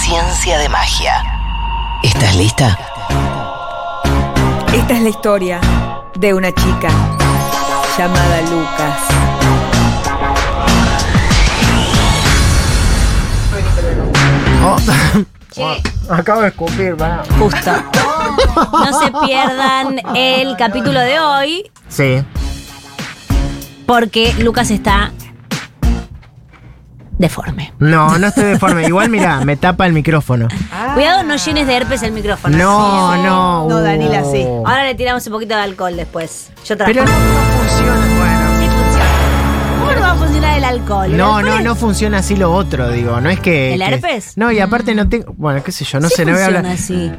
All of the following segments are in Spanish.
Ciencia de magia. ¿Estás lista? Esta es la historia de una chica llamada Lucas. Acabo de escupir, va. Justo. No se pierdan el capítulo de hoy Sí. porque Lucas está deforme. No, no estoy deforme. Igual, mirá, me tapa el micrófono. Ah. Cuidado, no llenes de herpes el micrófono. No, no. No, Danila, sí. uh. Ahora le tiramos un poquito de alcohol después. Yo trabajo. Pero no, no funciona, bueno. Sí funciona. ¿Cómo no va a funcionar el alcohol? ¿El No, no, alcohol? no funciona así lo otro, digo. No es que. ¿El que- herpes? No, y aparte no tengo. Bueno, qué sé yo, no Sí sé, no voy a funciona hablar. así.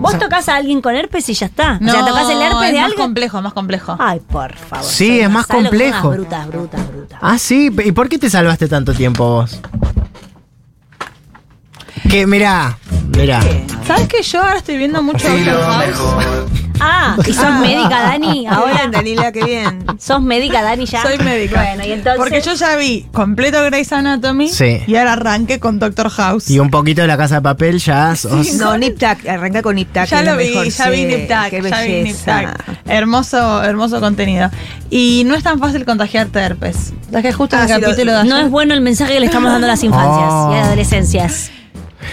Vos tocas a alguien con herpes y ya está. o sea, tocas el herpes es de más algo. complejo, más complejo. Ay, por favor. Sí, soy es una más salo, son unas complejo. Brutas, brutas, brutas. Ah, sí. ¿Y por qué te salvaste tanto tiempo vos? Que, mirá, mirá. ¿Sabes que yo ahora estoy viendo mucho Doctor House? Ah, y sos médica, Dani. Ahora, Ahora, Danila, qué bien. sos médica, Dani, ya. Soy médica. Bueno, y entonces. Porque yo ya vi completo Grey's Anatomy Sí. y ahora arranqué con Doctor House. Y un poquito de la casa de papel ya sos. No, Nip Tuck, arranca con Nip Tuck. ya es la lo vi, mejor, ya vi sí, Nip Tuck, Qué ya vi Nip belleza. Tuck. Hermoso, hermoso contenido. Y no es tan fácil contagiarte herpes. Dejé justo en Ah, el sí, lo- capítulo de ayer. No es bueno el mensaje que le estamos dando a las infancias Oh. y a las adolescencias.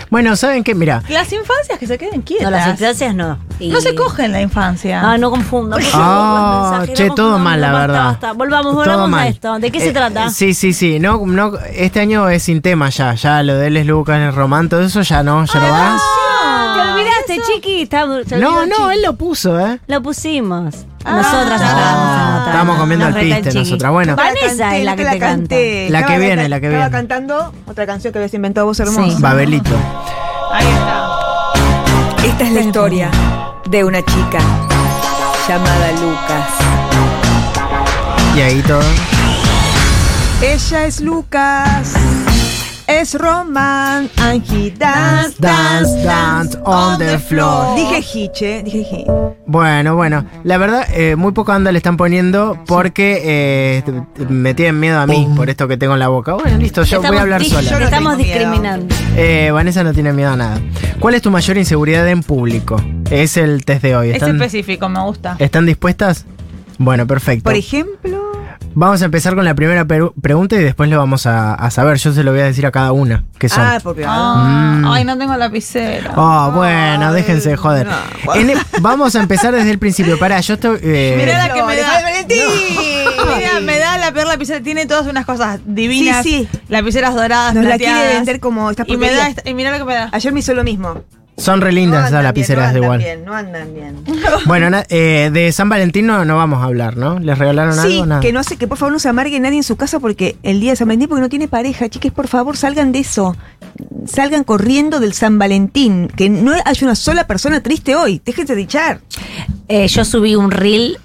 Bueno, ¿saben qué? Mirá. Las infancias que se queden quietas. No, las infancias no. Y- No se cogen la infancia. Ah, no confundan. por favor, Ah, los mensajes, che, no todo confundan, mal, la basta, verdad. basta. Volvamos, Todo volvamos mal. a esto. ¿De qué se Eh, trata? Sí, sí, sí. No, no, este año es sin tema ya. Ya lo de él es Lucas, el Román, todo eso ya no, ya no va. Ah, Te olvidaste, chiqui. Está- se olvidó, No, no, chiqui. él lo puso, ¿eh? Lo pusimos. Ah, Nosotras ya. estábamos Estamos comiendo al al piste nosotras. Bueno. Vanessa es la que te canta. canté. La que Estaba viene, canta- la que Estaba viene. cantando otra canción que habías inventado vos, hermoso. Sí. Babelito. Ahí está. Esta es la historia de una chica llamada Lucas. Y ahí todo. Ella es Lucas. Es Roman and he dance, Dance, dance on the floor. Dije Hiche, dije Hiche. Bueno, bueno. La verdad, eh, muy poca onda le están poniendo porque eh, t- me tienen miedo a mí por esto que tengo en la boca. Bueno, listo, yo voy a hablar Estamos- sola. Yo no Estamos tengo miedo. discriminando. Eh, Vanessa no tiene miedo a nada. ¿Cuál es tu mayor inseguridad en público? Es el test de hoy. Es ¿Están, específico, me gusta. ¿están dispuestas? Bueno, perfecto. Por ejemplo, Vamos a empezar con la primera peru- pregunta y después lo vamos a, a saber. Yo se lo voy a decir a cada una. que son? ah, por privado. Ah, Mm. Ay, no tengo lapicera. Oh, bueno, déjense de joder. no. En el- vamos a empezar desde el principio. Pará, yo estoy. eh, Mirá la que me Flores, da. ¡ay, Valentín! Mira, me da la peor lapicera. Tiene todas unas cosas divinas. Sí, sí. Lapiceras doradas. Nos la plateadas. quiere vender como esta Y me da porquería. esta- y mira lo que me da. Ayer me hizo lo mismo. Son re No lindas esas andan lapiceras de bien, no igual. andan bien, no andan bien. Bueno, na- eh, de San Valentín no, no vamos a hablar, ¿no? ¿Les regalaron Sí, algo? Nada. que no se, que por favor no se amargue nadie en su casa porque el día de San Valentín porque no tiene pareja, chicas, por favor salgan de eso, salgan corriendo del San Valentín, que no hay una sola persona triste hoy, déjense de echar. Eh, yo subí un reel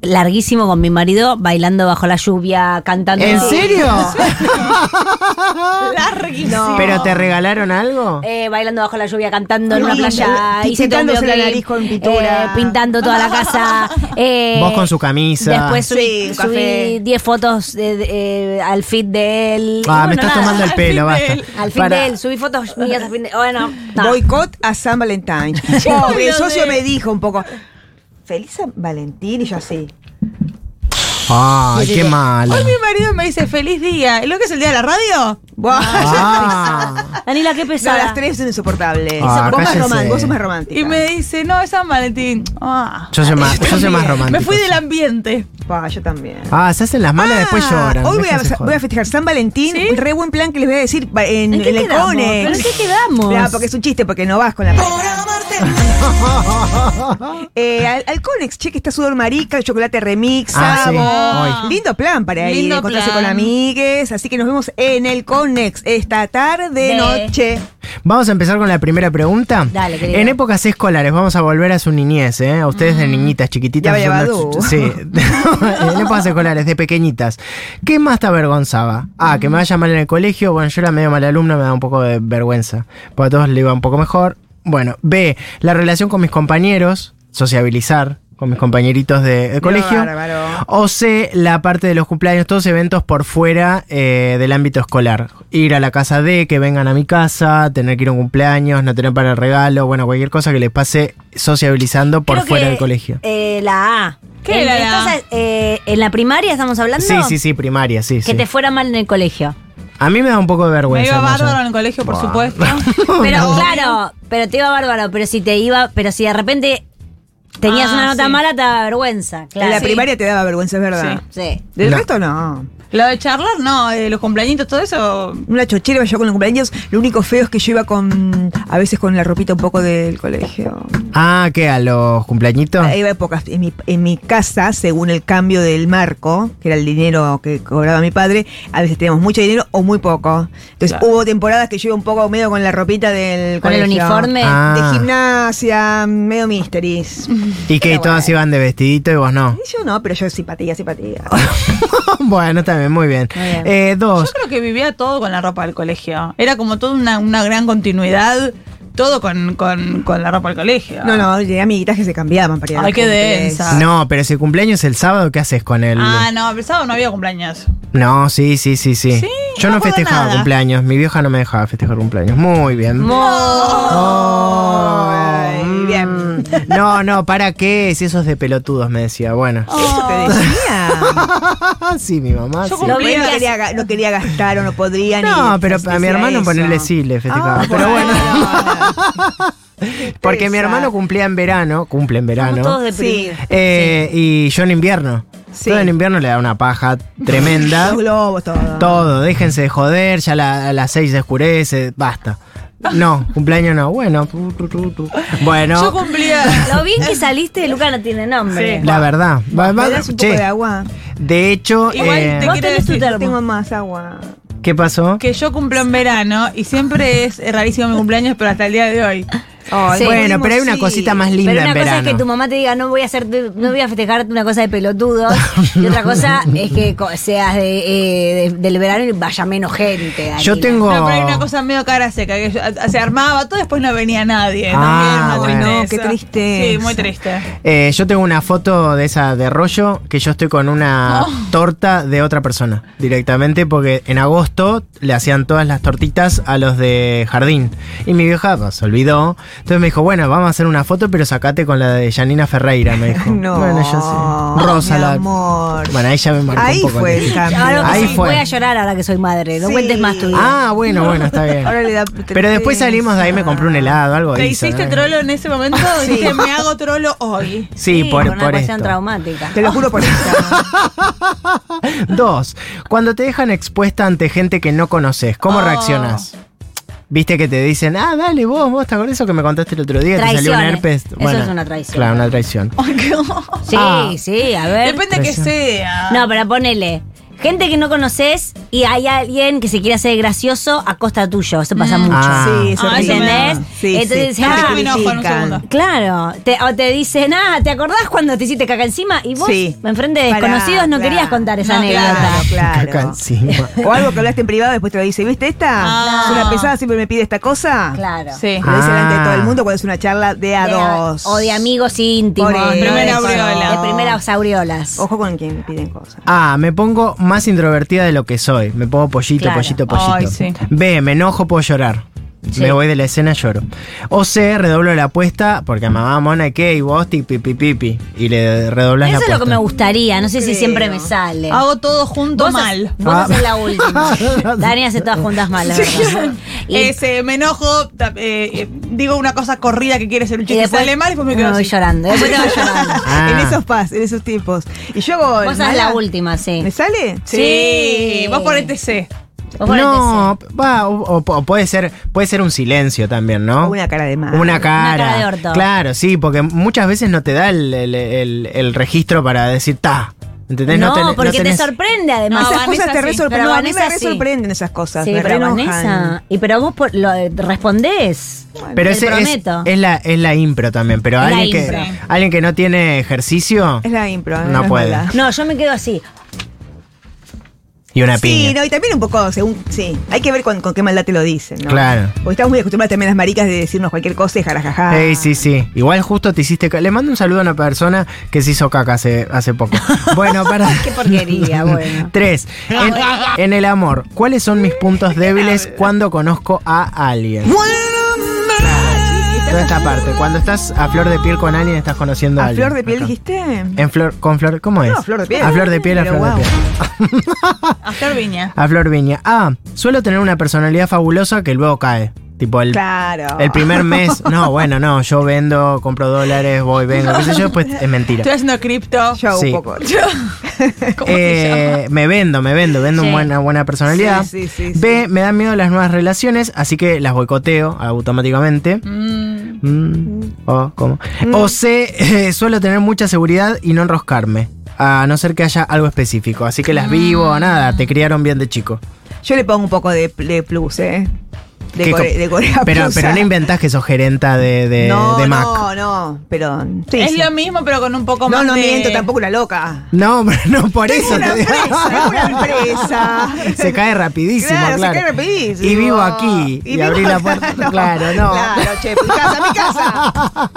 larguísimo con mi marido bailando bajo la lluvia, cantando. ¿En serio? Larguísimo. ¿Pero te regalaron algo? Eh, bailando bajo la lluvia, cantando en Qué una lindo. playa, Y hice todo un pintándose la nariz videoclip, con pintura. eh, pintando toda la casa. eh, Vos con su camisa. Después subí Sí, un subí café. 10 fotos de- de- eh, al feed de él. Y Ah, bueno, me estás nada. tomando el al pelo, fin de basta. él. Al fin Pará. de él, subí fotos mías al fin de Bueno, ta. Boicot a San Valentín. Pobre, el Dios socio mío. me dijo un poco. Feliz San Valentín y yo así. Ay, qué malo. Hoy mi marido me dice feliz día. ¿Y lo que es el día de la radio? Buah, Ah, Danila, qué no, pesada. las tres son insoportables. Ah, vos, más cállese. román- vos sos más romántica. Y me dice, no, es San Valentín. Ah. yo soy Eh, más, yo soy más romántico. Me fui del ambiente. Buah, yo también. Ah, se hacen las malas y después Ah, lloran. Hoy voy a, déjense joder. voy a festejar San Valentín. ¿Sí? Un re buen plan que les voy a decir va- en, ¿En qué el quedamos? Econe. ¿Pero en qué quedamos? Claro, porque es un chiste, porque no vas con la. eh, al, al Conex, che, que está sudor marica, el chocolate remix, Ah, sí, sabor. hoy. Lindo plan para ir, Lindo encontrarse plan. con amigues. Así que nos vemos en el Conex esta tarde, noche. Vamos a empezar con la primera pregunta. Dale, querida. En épocas escolares, vamos a volver a su niñez, ¿eh? A ustedes de niñitas chiquititas. Mm. Ya va, son ya unos- va, Du. Sí. en épocas escolares, de pequeñitas. ¿Qué más te avergonzaba? Ah, que me vaya mal en el colegio. Bueno, yo era medio mala alumna, me da un poco de vergüenza. Porque a todos le iba un poco mejor. Bueno, B, la relación con mis compañeros, sociabilizar. con mis compañeritos de, de colegio. bárbaro. O sé la parte de los cumpleaños, todos eventos por fuera eh, del ámbito escolar. Ir a la casa de, que vengan a mi casa, tener que ir a un cumpleaños, no tener para el regalo, bueno, cualquier cosa que les pase sociabilizando por Creo fuera que, del colegio. eh, la A. ¿Qué En- era la A? entonces, eh, en la primaria estamos hablando. Sí, sí, sí, primaria, sí. Que sí. te fuera mal en el colegio. A mí me da un poco de Me vergüenza. iba no sé. bárbaro en el colegio, por Buah. supuesto. Pero No. claro, pero te iba bárbaro, pero si te iba, pero si de repente tenías Ah, una nota sí. mala te daba vergüenza, En la claro. Sí. primaria te daba vergüenza, es verdad. Sí. Del No. resto no. Lo de charlar, no, eh, los cumpleañitos, todo eso. Una chochera yo con los cumpleaños. Lo único feo es que yo iba con, a veces con la ropita un poco del colegio. Ah, Ah, ¿qué? ¿A los cumpleañitos? Iba épocas. En mi, en mi casa, según el cambio del marco, que era el dinero que cobraba mi padre, a veces teníamos mucho dinero o muy poco. Entonces hubo temporadas que yo iba un poco medio con la ropita del Con el colegio. uniforme. Ah. De gimnasia, medio misteris. Y y que todas iban de vestidito y vos no. yo no, pero yo simpatía, simpatía. bueno, también, muy bien. Muy bien. Eh, Yo dos. creo que vivía todo con la ropa del colegio. Era como toda una, una gran continuidad, todo con, con, con la ropa del colegio. No, no, tenía amiguitas que se cambiaban para ir a Ay, los qué cumples. densa. No, pero si cumpleaños es el sábado, ¿qué haces con él? Ah, no, el sábado no había cumpleaños. No, sí, sí, sí, sí. Sí, Yo no no me acuerdo festejaba nada. cumpleaños, mi vieja no me dejaba festejar cumpleaños. Muy bien. Ay, bien. Mm. No, no, ¿para qué? Si esos de pelotudos, me decía. Bueno. Ah, Eso te decía. sí, mi mamá. Yo sí. cumplí- Porque Ah, no, quería, ga- no quería gastar o no podría ni No, pero a mi hacía hermano eso. ponerle sí le festejaba. Ah, pero bueno. Porque mi tristeza. hermano cumplía en verano, cumple en Estamos todos verano. deprimidos. eh, Y yo en invierno. Sí. Todo en invierno le da una paja tremenda. Los globos, todo. Todo, déjense de joder, ya la- a las seis se oscurece, basta. No, cumpleaños no. Bueno, tu, tu, tu, tu. Yo bueno, cumplía. Lo bien que saliste, Luca no tiene nombre. la verdad. Va- va- ¿Me das un che, poco de agua? de hecho, Igual eh, te Vos tenés tu decir, No termo. tengo más agua. ¿qué pasó? que yo cumplo en verano y siempre es rarísimo mi cumpleaños, pero hasta el día de hoy. Ay, Sí. bueno, pero hay una sí. cosita más linda Pero una en cosa verano. es que tu mamá te diga, no voy a hacer, no voy a festejarte una cosa de pelotudos. y otra cosa es que co- seas de, eh, de- del verano y vaya menos gente. Yo Daniela. tengo. No, pero hay Oh. una cosa medio cara seca, que yo- a- se armaba todo, después no venía nadie. Ah, también una bueno. tristeza. No, qué tristeza. Sí, muy triste. eh, yo tengo una foto de esa de rollo que yo estoy con una Oh. torta de otra persona directamente porque en agosto le hacían todas las tortitas a los de jardín y mi vieja pues, se olvidó entonces me dijo bueno vamos a hacer una foto pero sacate con la de Janina Ferreira me dijo No. bueno yo sé Rosa mi la amor. bueno ahí ya me marcó Ahí un poco fue el- el cambio. Ahora que Ahí soy- fue. voy a llorar ahora que soy madre. No Sí. cuentes más tu vida. ah bueno bueno está bien Ahora le da pero después tristeza. salimos de ahí me compré un helado algo ¿Te hizo, eh. hiciste ¿no? trolo en ese momento? Dije, me hago trolo hoy. sí, por, una por cuestión esto. traumática. Te lo juro por esta. Dos, cuando te dejan expuesta ante gente que no conoces, ¿cómo Oh. reaccionas? Viste que te dicen, ah, dale vos, vos estás con eso que me contaste el otro día, te salió un Traiciones. herpes. Eso es una traición. Claro, una traición. Ay, qué- Sí, Ah. sí, a ver. Depende que sea. No, pero ponele. Gente que no conoces y hay alguien que se quiere hacer gracioso a costa tuyo. Eso pasa mucho. Ah. Sí, se Ah, eso me da. ¿Entendés? Sí, Entonces, sí. ah, Yo me enojo en un critican. segundo. Claro, te, o te dicen, ah, ¿te acordás cuando te hiciste caca encima? Y vos, Sí. enfrente de Pará, desconocidos, no claro. querías contar esa No, anécdota. Claro, Caca claro. encima. O algo que hablaste en privado después te lo dice, ¿viste esta? Ah. Es una pesada, siempre me pide esta cosa. Claro. Sí. Lo dice delante de todo el Ah. mundo cuando es una charla de a De a- dos. o de amigos íntimos. Por ¿no? eso. Primera De- aureola. De primeras aureolas. Ojo con quien piden cosas. Ah, me pongo más introvertida de lo que soy. Me pongo pollito, Claro. pollito, pollito. Ay, sí. B, me enojo, puedo llorar. Sí. Me voy de la escena, lloro. O C, redoblo la apuesta porque a mamá mona que y vos ti, pi, pi, pi, pi. Y le redoblas Eso la es lo que me apuesta. gustaría, no sé si Creo. siempre me sale. Hago todo junto vos mal. Haces, vos Ah. haces la última. Dani hace todas juntas mal, la verdad. Y, Ese, me enojo, ta- eh, eh, digo una cosa corrida que quiere ser un y chiste, sale mal y después me quedo voy así. llorando. Después te voy llorando. Ah. En esos pas, en esos tiempos. Y yo hago. el Vos haces mala. la última, sí. ¿Me sale? Sí, Sí. vos ponete C. Vos ponete ese. No, va, o, o- o puede ser, puede ser un silencio también, ¿no? O Una cara de mal. Una cara. Una cara de orto. Claro, sí, porque muchas veces no te da el, el- el- el registro para decir ta. ¿Entendés? No, ten- porque tenés- te sorprende además. No, Esas Vanessa cosas te sí, pero resorprenden. No, a mí me Vanessa sí. resorprenden esas cosas. Sí, me pero reenojan. Vanessa. Y pero vos por- lo, eh, respondés. Pero Te ese es, prometo. es la, es la impro también. Pero Es la alguien que, impro. alguien que no tiene ejercicio. Es la impro. No es puede. mala. No, yo me quedo así. y una Sí, piña. no, y también un poco, según, sí, hay que ver con, con qué maldad te lo dicen, ¿no? Claro. Porque estamos muy acostumbrados también a las maricas de decirnos cualquier cosa y jarajaja. Ey, sí, sí. Igual justo te hiciste. ca- Le mando un saludo a una persona que se hizo caca hace, hace poco. Bueno, para. Qué porquería, bueno. Tres. En, en el amor, ¿cuáles son mis puntos débiles cuando conozco a alguien? Toda esta parte. Cuando estás a flor de piel con alguien, estás conociendo ¿A a, alguien. flor de piel Acá. dijiste? En flor, con flor, ¿cómo es? a flor de piel. A flor de piel, a Pero flor de guau. piel. Hasta Viña. A flor viña. Ah, suelo tener una personalidad fabulosa que luego cae. Tipo el, Claro. el primer mes. No, bueno, no, yo vendo, compro dólares, voy, vengo, qué sé yo, pues es mentira. Estoy haciendo cripto. Yo Sí. un poco. ¿Cómo se llama? Eh, me vendo, me vendo, vendo Sí. una buena, buena personalidad. Sí, sí, sí, B, me dan miedo las nuevas relaciones, así que las boicoteo automáticamente. Mm, Mm, o, ¿cómo? Mm. O C, eh, suelo tener mucha seguridad y no enroscarme. A no ser que haya algo específico. Así que Ah. las vivo o nada, te criaron bien de chico. Yo le pongo un poco de, de plus, ¿eh? De, Que core- com- de Corea pero, plusa. pero no inventás que sos gerenta de, de- no, de Mac. No, no, pero. sí, es sí. lo mismo, pero con un poco No, más no de- miento, tampoco una loca. No, pero no por eso. una te digo. empresa, es una empresa. Se cae rapidísimo, claro. Claro, se cae rapidísimo. Y vivo aquí. Y, Y vivo abrí la acá, puerta. no. Claro, no. Claro, che, mi casa, mi casa.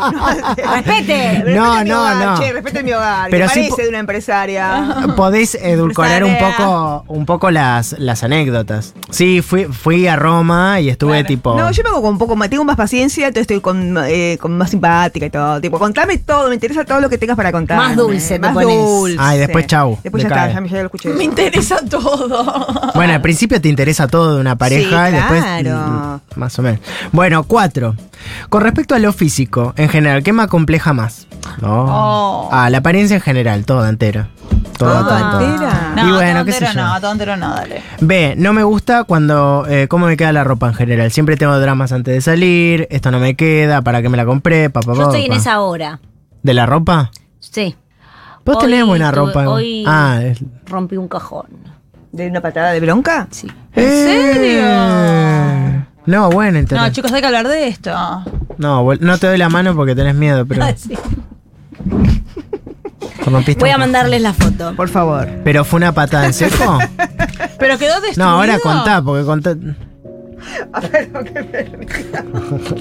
Respete. No, Respete mi no, hogar, no. Che, respete mi hogar. Pero Pero sí po- parece de una empresaria. Podés edulcorar un Empresaria. poco, un poco las, las anécdotas. Sí, fui, fui a Roma y estuve tipo. No, yo me hago con un poco más, tengo más paciencia, entonces estoy con, eh, con más simpática y todo. Tipo, contame todo, me interesa todo lo que tengas para contar. Más dulce te más pones. dulce. Ah, y después chau, Después ya decae. está, ya, me- ya lo escuché. Me interesa todo. Bueno, al principio te interesa todo de una pareja Sí, y después. claro. mm, Más o menos. Bueno, cuatro. Con respecto a lo físico, en general, ¿qué me compleja más? No. Oh. Ah, la apariencia en general, toda entera. Toda, toda, toda. entera. No, Ah. Y bueno, todo qué sé entero yo. no, todo entero no, dale. B, no me gusta cuando eh, cómo me queda la ropa en general. Siempre tengo dramas antes de salir, esto no me queda, para qué me la compré, papá. Yo estoy en esa hora. ¿De la ropa? Sí. Vos Hoy tenés buena tuve- ropa. hoy- Ah, es- Rompí un cajón. ¿De una patada de bronca? Sí. ¿En Eh. No, bueno, entonces. No, chicos, hay que hablar de esto. No, vol- no te doy la mano porque tenés miedo, pero Sí. rompiste Voy a un- mandarles la foto. Por favor. ¿Pero fue una patada en seco? Pero quedó destruido. no, ahora contá, porque contá.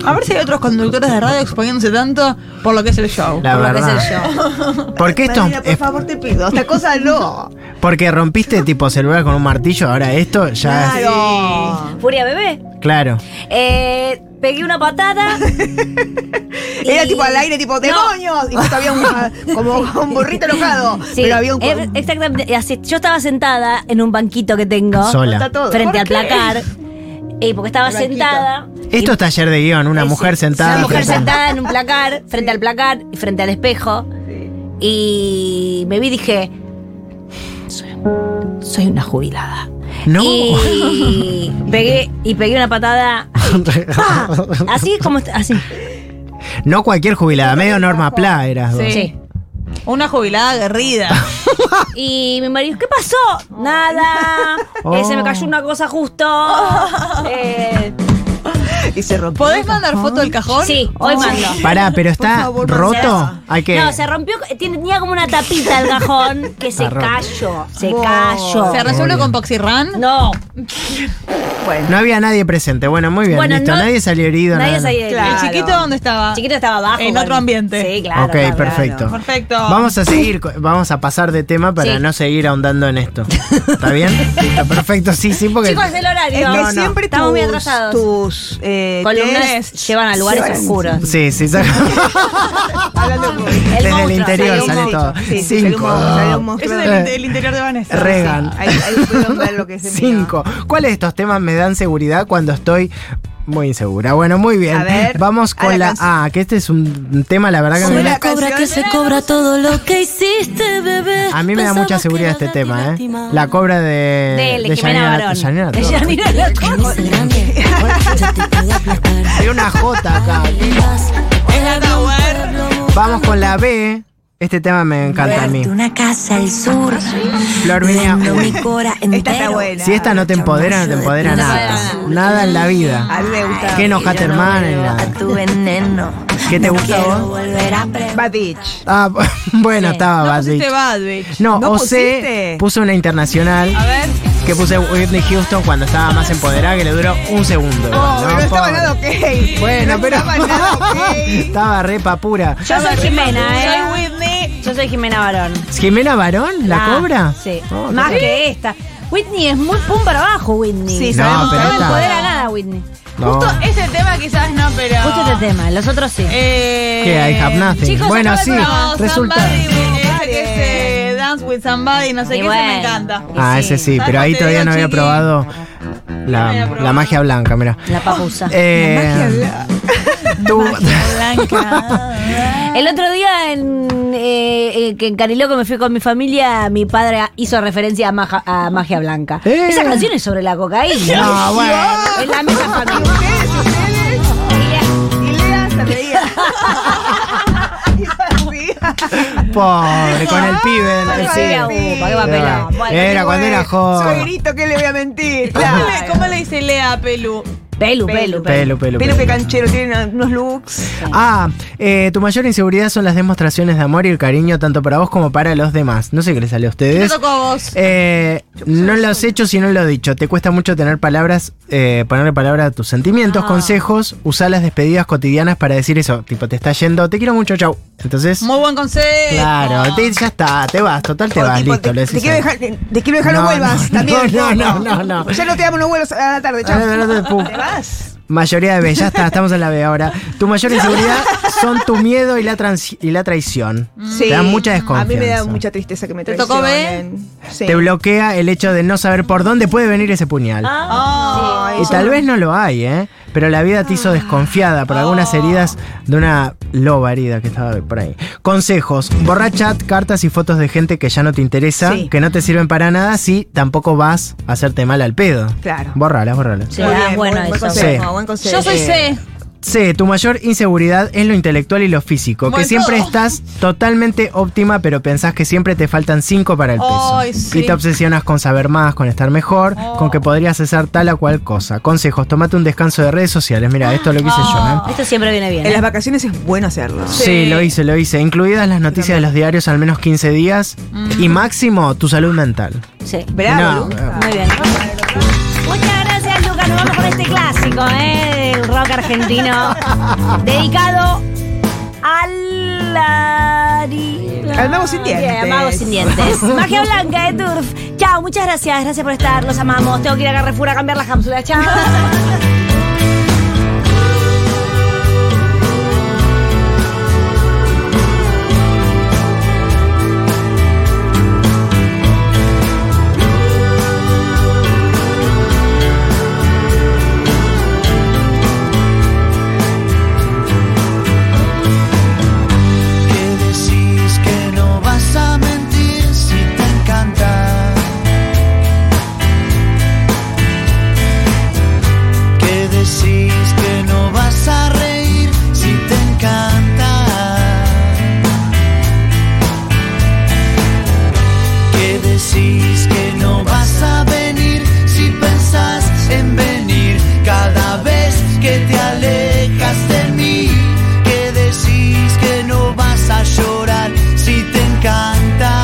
A ver si hay otros conductores de radio exponiéndose tanto por lo que es el show. La Lo que es verdad. el show. Porque esto Marina, por es- favor, te pido. Esta cosa no. porque rompiste tipo celular con un martillo, ahora esto ya es- Claro. Furia bebé. Claro. Eh, pegué una patada. y- Era tipo al aire, tipo, ¡demonios! Y justo había una, como un burrito enojado. Sí, pero había un. es- exactamente. así. Yo estaba sentada en un banquito que tengo Sola. Está todo. frente ¿Por al qué? placar. eh, porque estaba Blanquito. sentada. Esto es taller de guión, una Sí, mujer sí. sentada. Una mujer frente a- sentada en un placar, frente al placar y frente al espejo. Y me vi y dije. Soy, soy una jubilada. No. Y pegué, y pegué una patada. ¡pa! Así como est- así. No cualquier jubilada, medio Norma Pla eras vos. Sí. Sí. Una jubilada aguerrida. Y mi marido, ¿qué pasó? Nada. Oh. Eh, se me cayó una cosa justo. Eh, Y se rompió. ¿Podés mandar foto del cajón? sí, hoy mando. Pará, pero está favor, roto. Marcela. Hay que. No, se rompió, eh, tenía como una tapita el cajón que se Está roto. cayó, se cayó. ¿Se resuelve Obvio. con Poxirran? No, Bueno. No había nadie presente. Bueno, muy bien, Bueno, listo. no- nadie salió herido. nadie nada. sabía de Claro. ¿El chiquito dónde estaba? El chiquito estaba abajo. En igual. otro ambiente. Sí, claro. ok, claro. perfecto. Perfecto. Vamos a seguir, co- vamos a pasar de tema para Sí. no seguir ahondando en esto. ¿Está bien? Está perfecto, sí, sí, porque. Chicos, el horario. Es que No, no. siempre Estamos tus, muy atrasados. tus eh, Columnas test- llevan a lugares llevan- oscuros. Sí, sí, saca- Hablando con- desde el monstruo, interior salió un sale monstruo. todo. Sí, sí, salió un Cinco. monstruo, salió un Ese monstruo. es el, el interior de Vanessa. Regan. Ahí, ahí pudieron ver lo que es el mío. Cinco. ¿Cuáles de estos temas me dan seguridad cuando estoy muy insegura? Bueno, muy bien. A ver, Vamos a con la la. canción. Ah, que este es un tema, la verdad que me. Suena la cobra que se cobra todo lo que hiciste, bebé. A mí me da Pensabas mucha que seguridad era este gratis, tema, ¿eh? lástima. La cobra de. De Eh, de Yanina- Janina Yanina Barón. De Torres. Janina Barón. Camisa grande, yo te puedo aplastar. Hay una J acá. Más, Vamos con la B. Este tema me encanta a mí. darte una casa al sur. Flor Viña. viendo uy. mi cora Esta está entero. buena. Si esta no te empodera, no te empodera No, nada. no, Nada en la vida. A mí me gusta. Qué enojate, Yo no hermana. me y debo nada. A tu veneno. ¿Qué te gusta a Quiero vos? volver a pre- Bad bitch. Ah, bueno, estaba No Bad pusiste Bitch. este Bad Bitch. No, No OC pusiste. puso una internacional A ver. que puse Whitney Houston cuando estaba más empoderada que le duró un segundo. No, pero no estaba Pobre. nada ok. Bueno, no pero estaba nada ok. estaba repa pura. Yo soy Jimena, Soy ¿eh? Whitney. Yo soy Jimena Barón. ¿Jimena Barón? ¿La Ah, cobra? Sí. Oh, Más no. que esta. Whitney es muy pum para abajo, Whitney. Sí, no, sabemos no que me esta- empodera nada, Whitney. No. Justo este tema quizás no, pero. Justo este tema, los otros sí. Eh, Que I have nothing. chicos, bueno, acaba sí, el programa. resulta. Ah, Somebody, eh, ese que se dance with somebody, no sé Y qué, bueno. se me encanta. Ah, ese sí, ¿Sabes pero ahí cuál te todavía digo, no había chiqui? probado la, había probado. la magia blanca, mira. La papusa. eh, tú, El otro día en, eh, eh, que en Cariloco me fui con mi familia, mi padre hizo referencia a, Maja- a Magia Blanca. Eh. Esa canción es sobre la cocaína. No, bueno. En la mesa Y familiar. ustedes, ustedes. Y Lea se reía. Y se pobre, con el pibe. de la- Ay, Sí, sí. a upa, qué papelón. Bueno, Eh. Era cuando era Soy joven. grito, ¿qué le voy a mentir? ¿Cómo Claro. le- ¿Cómo le dice Lea a Pelu? Pelu, pelu, pelu. Pelo, Pero pelo, pelo. que canchero, tiene unos looks. Ah, eh, tu mayor inseguridad son las demostraciones de amor y el cariño tanto para vos como para los demás. No sé qué les sale a Te ustedes. tocó a vos. Eh, no lo has hecho si no lo has dicho. Te cuesta mucho tener palabras, eh, ponerle palabras a tus Ah. sentimientos, consejos, usar las despedidas cotidianas para decir eso. Tipo, te está yendo, te quiero mucho, chau. Entonces, Muy buen consejo. claro, te- ya está, te vas, total te O vas, tipo, listo. te, lo te decís quiero ahí. dejar, te, te quiero dejar, no, No, vuelvas. no, también. Pues no, no, no, no. Ya no te damos, no vuelvas a la tarde, chao. Ah, no, no, no, pum. Te vas. Mayoría de B, ya está, estamos en la B ahora. Tu mayor inseguridad son tu miedo y la, trans- y la traición. Te da mucha A desconfianza. mí me da mucha tristeza que me ¿Te tocó traicionen. Sí. Te bloquea el hecho de no saber por dónde puede venir ese puñal. Ah, Ay, Ah, Y yo- tal vez no lo hay, ¿eh? Pero la vida te hizo desconfiada por algunas heridas de una loba herida que estaba por ahí. Consejos: borra chat, cartas y fotos de gente que ya no te interesa, Sí. que no te sirven para nada, si tampoco vas a hacerte mal al pedo. Claro. Bórralas, bórralas. Sí, Muy ah, bien, bueno buen, buen eso. consejo, Sí. buen consejo. Yo soy Eh, C. C. Tu mayor inseguridad es lo intelectual y lo físico, Como que en siempre todo. estás totalmente óptima, pero pensás que siempre te faltan cinco para el peso. Ay, sí. Oh. Y te obsesionas con saber más, con estar mejor, con que podrías hacer tal o cual cosa. Consejos, tomate un descanso de redes sociales. Mira, esto es lo que hice yo, ¿eh? Ah. Esto siempre viene bien. En las ¿eh? vacaciones es bueno hacerlo. Sí. lo hice, lo hice. Incluidas las noticias de los diarios al menos 15 días Mm. y máximo tu salud mental. Sí. No, Bravo, bravo. Luca. Muy bien. Muchas gracias, Lucas. Nos vamos con este clásico, ¿eh? Del rock argentino. dedicado al. Al Al mago sin dientes. Al mago sin dientes. Magia blanca de Turf. Chao, muchas gracias. Gracias por estar. Los amamos. Tengo que ir a Carrefour a cambiar las cápsulas. Chao. Que decís que no vas a mentir si te encanta. Que decís que no vas a reír si te encanta. Que decís que no vas a venir si pensás en venir cada vez que te alejas de mí. Que decís que no vas a llorar si te encanta.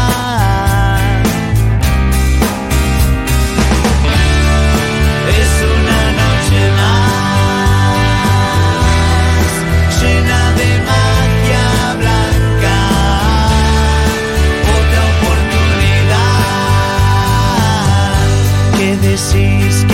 Es una noche más llena de magia blanca, otra oportunidad que decís que Oh,